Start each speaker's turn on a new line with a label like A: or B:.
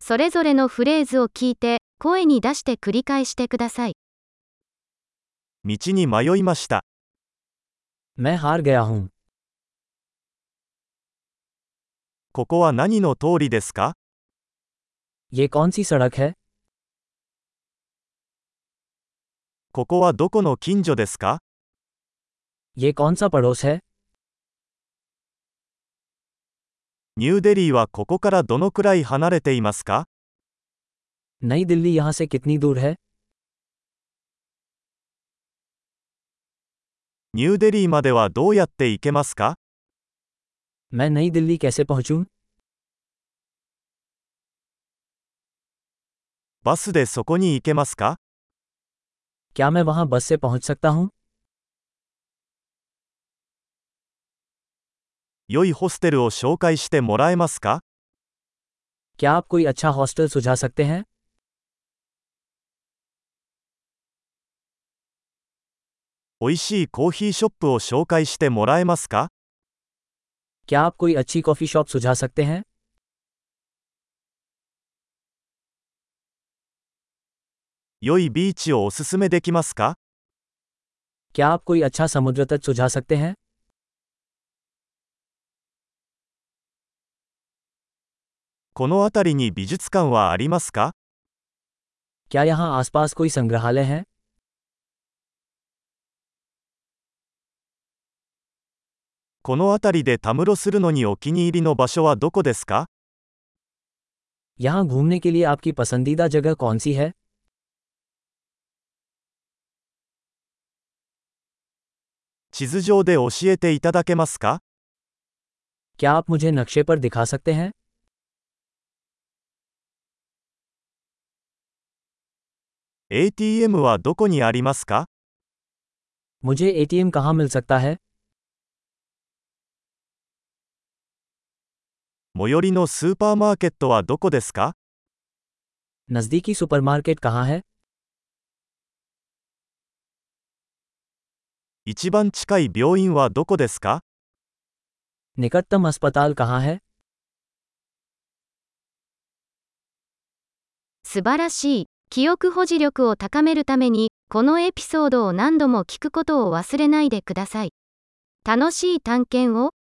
A: それぞれのフレーズを聞いて、声に出して繰り返してください。
B: 道に迷いました。
C: मैं हार गया हूँ
B: ここは何の通りですか
C: ये कौन सी सड़क है
B: ここはどこの近所ですか
C: ये कौन सा पड़ोस है
B: ニューデリーはここからどのくらい離れていますか
C: नई दिल्ली यहाँ से कितनी दूर है
B: ニューデリーまではどうやって行けますか
C: मैं नई दिल्ली कैसे पहुँचूँ
B: バスでそこに行けますか
C: क्या मैं वहाँ बस से पहुँच सकता हूँ
B: 良いホステルを紹介してもらえますか
C: क्या आप कोई अच्छा हॉस्टल सुझा सकते हैं
B: 美味しいコーヒーショップを紹介してもらえますか
C: क्या आप कोई अच्छी कॉफ़ी शॉप सुझा सकते हैं
B: 良いビーチをおすすめできますか
C: क्या आप कोई अच्छा समुद्र तट सुझा सकते हैं
B: この辺りに美術館はありますか
C: क्या यहाँ आसपास कोई संग्रहालय है
B: この辺りでたむろするのにお気に入りの場所はどこですか
C: यहाँ घूमने के लिए आपकी पसंदीदा जगह कौन सी है
B: 地図上で教えていただけますか
C: क्या आप मुझे नक्शे पर दिखा सकते हैं
B: ？ATM はどこにありますか
C: मुझे एटीएम कहाँ मिल सकता है
B: 最寄りのスーパーマーケットはどこですか
C: नज़दीकी सुपरमार्केट कहाँ है
B: 一番近い病院はどこですか
C: निकटतम अस्पताल कहाँ है
A: 素晴らしい。記憶保持力を高めるために、このエピソードを何度も聞くことを忘れないでください。楽しい探検を。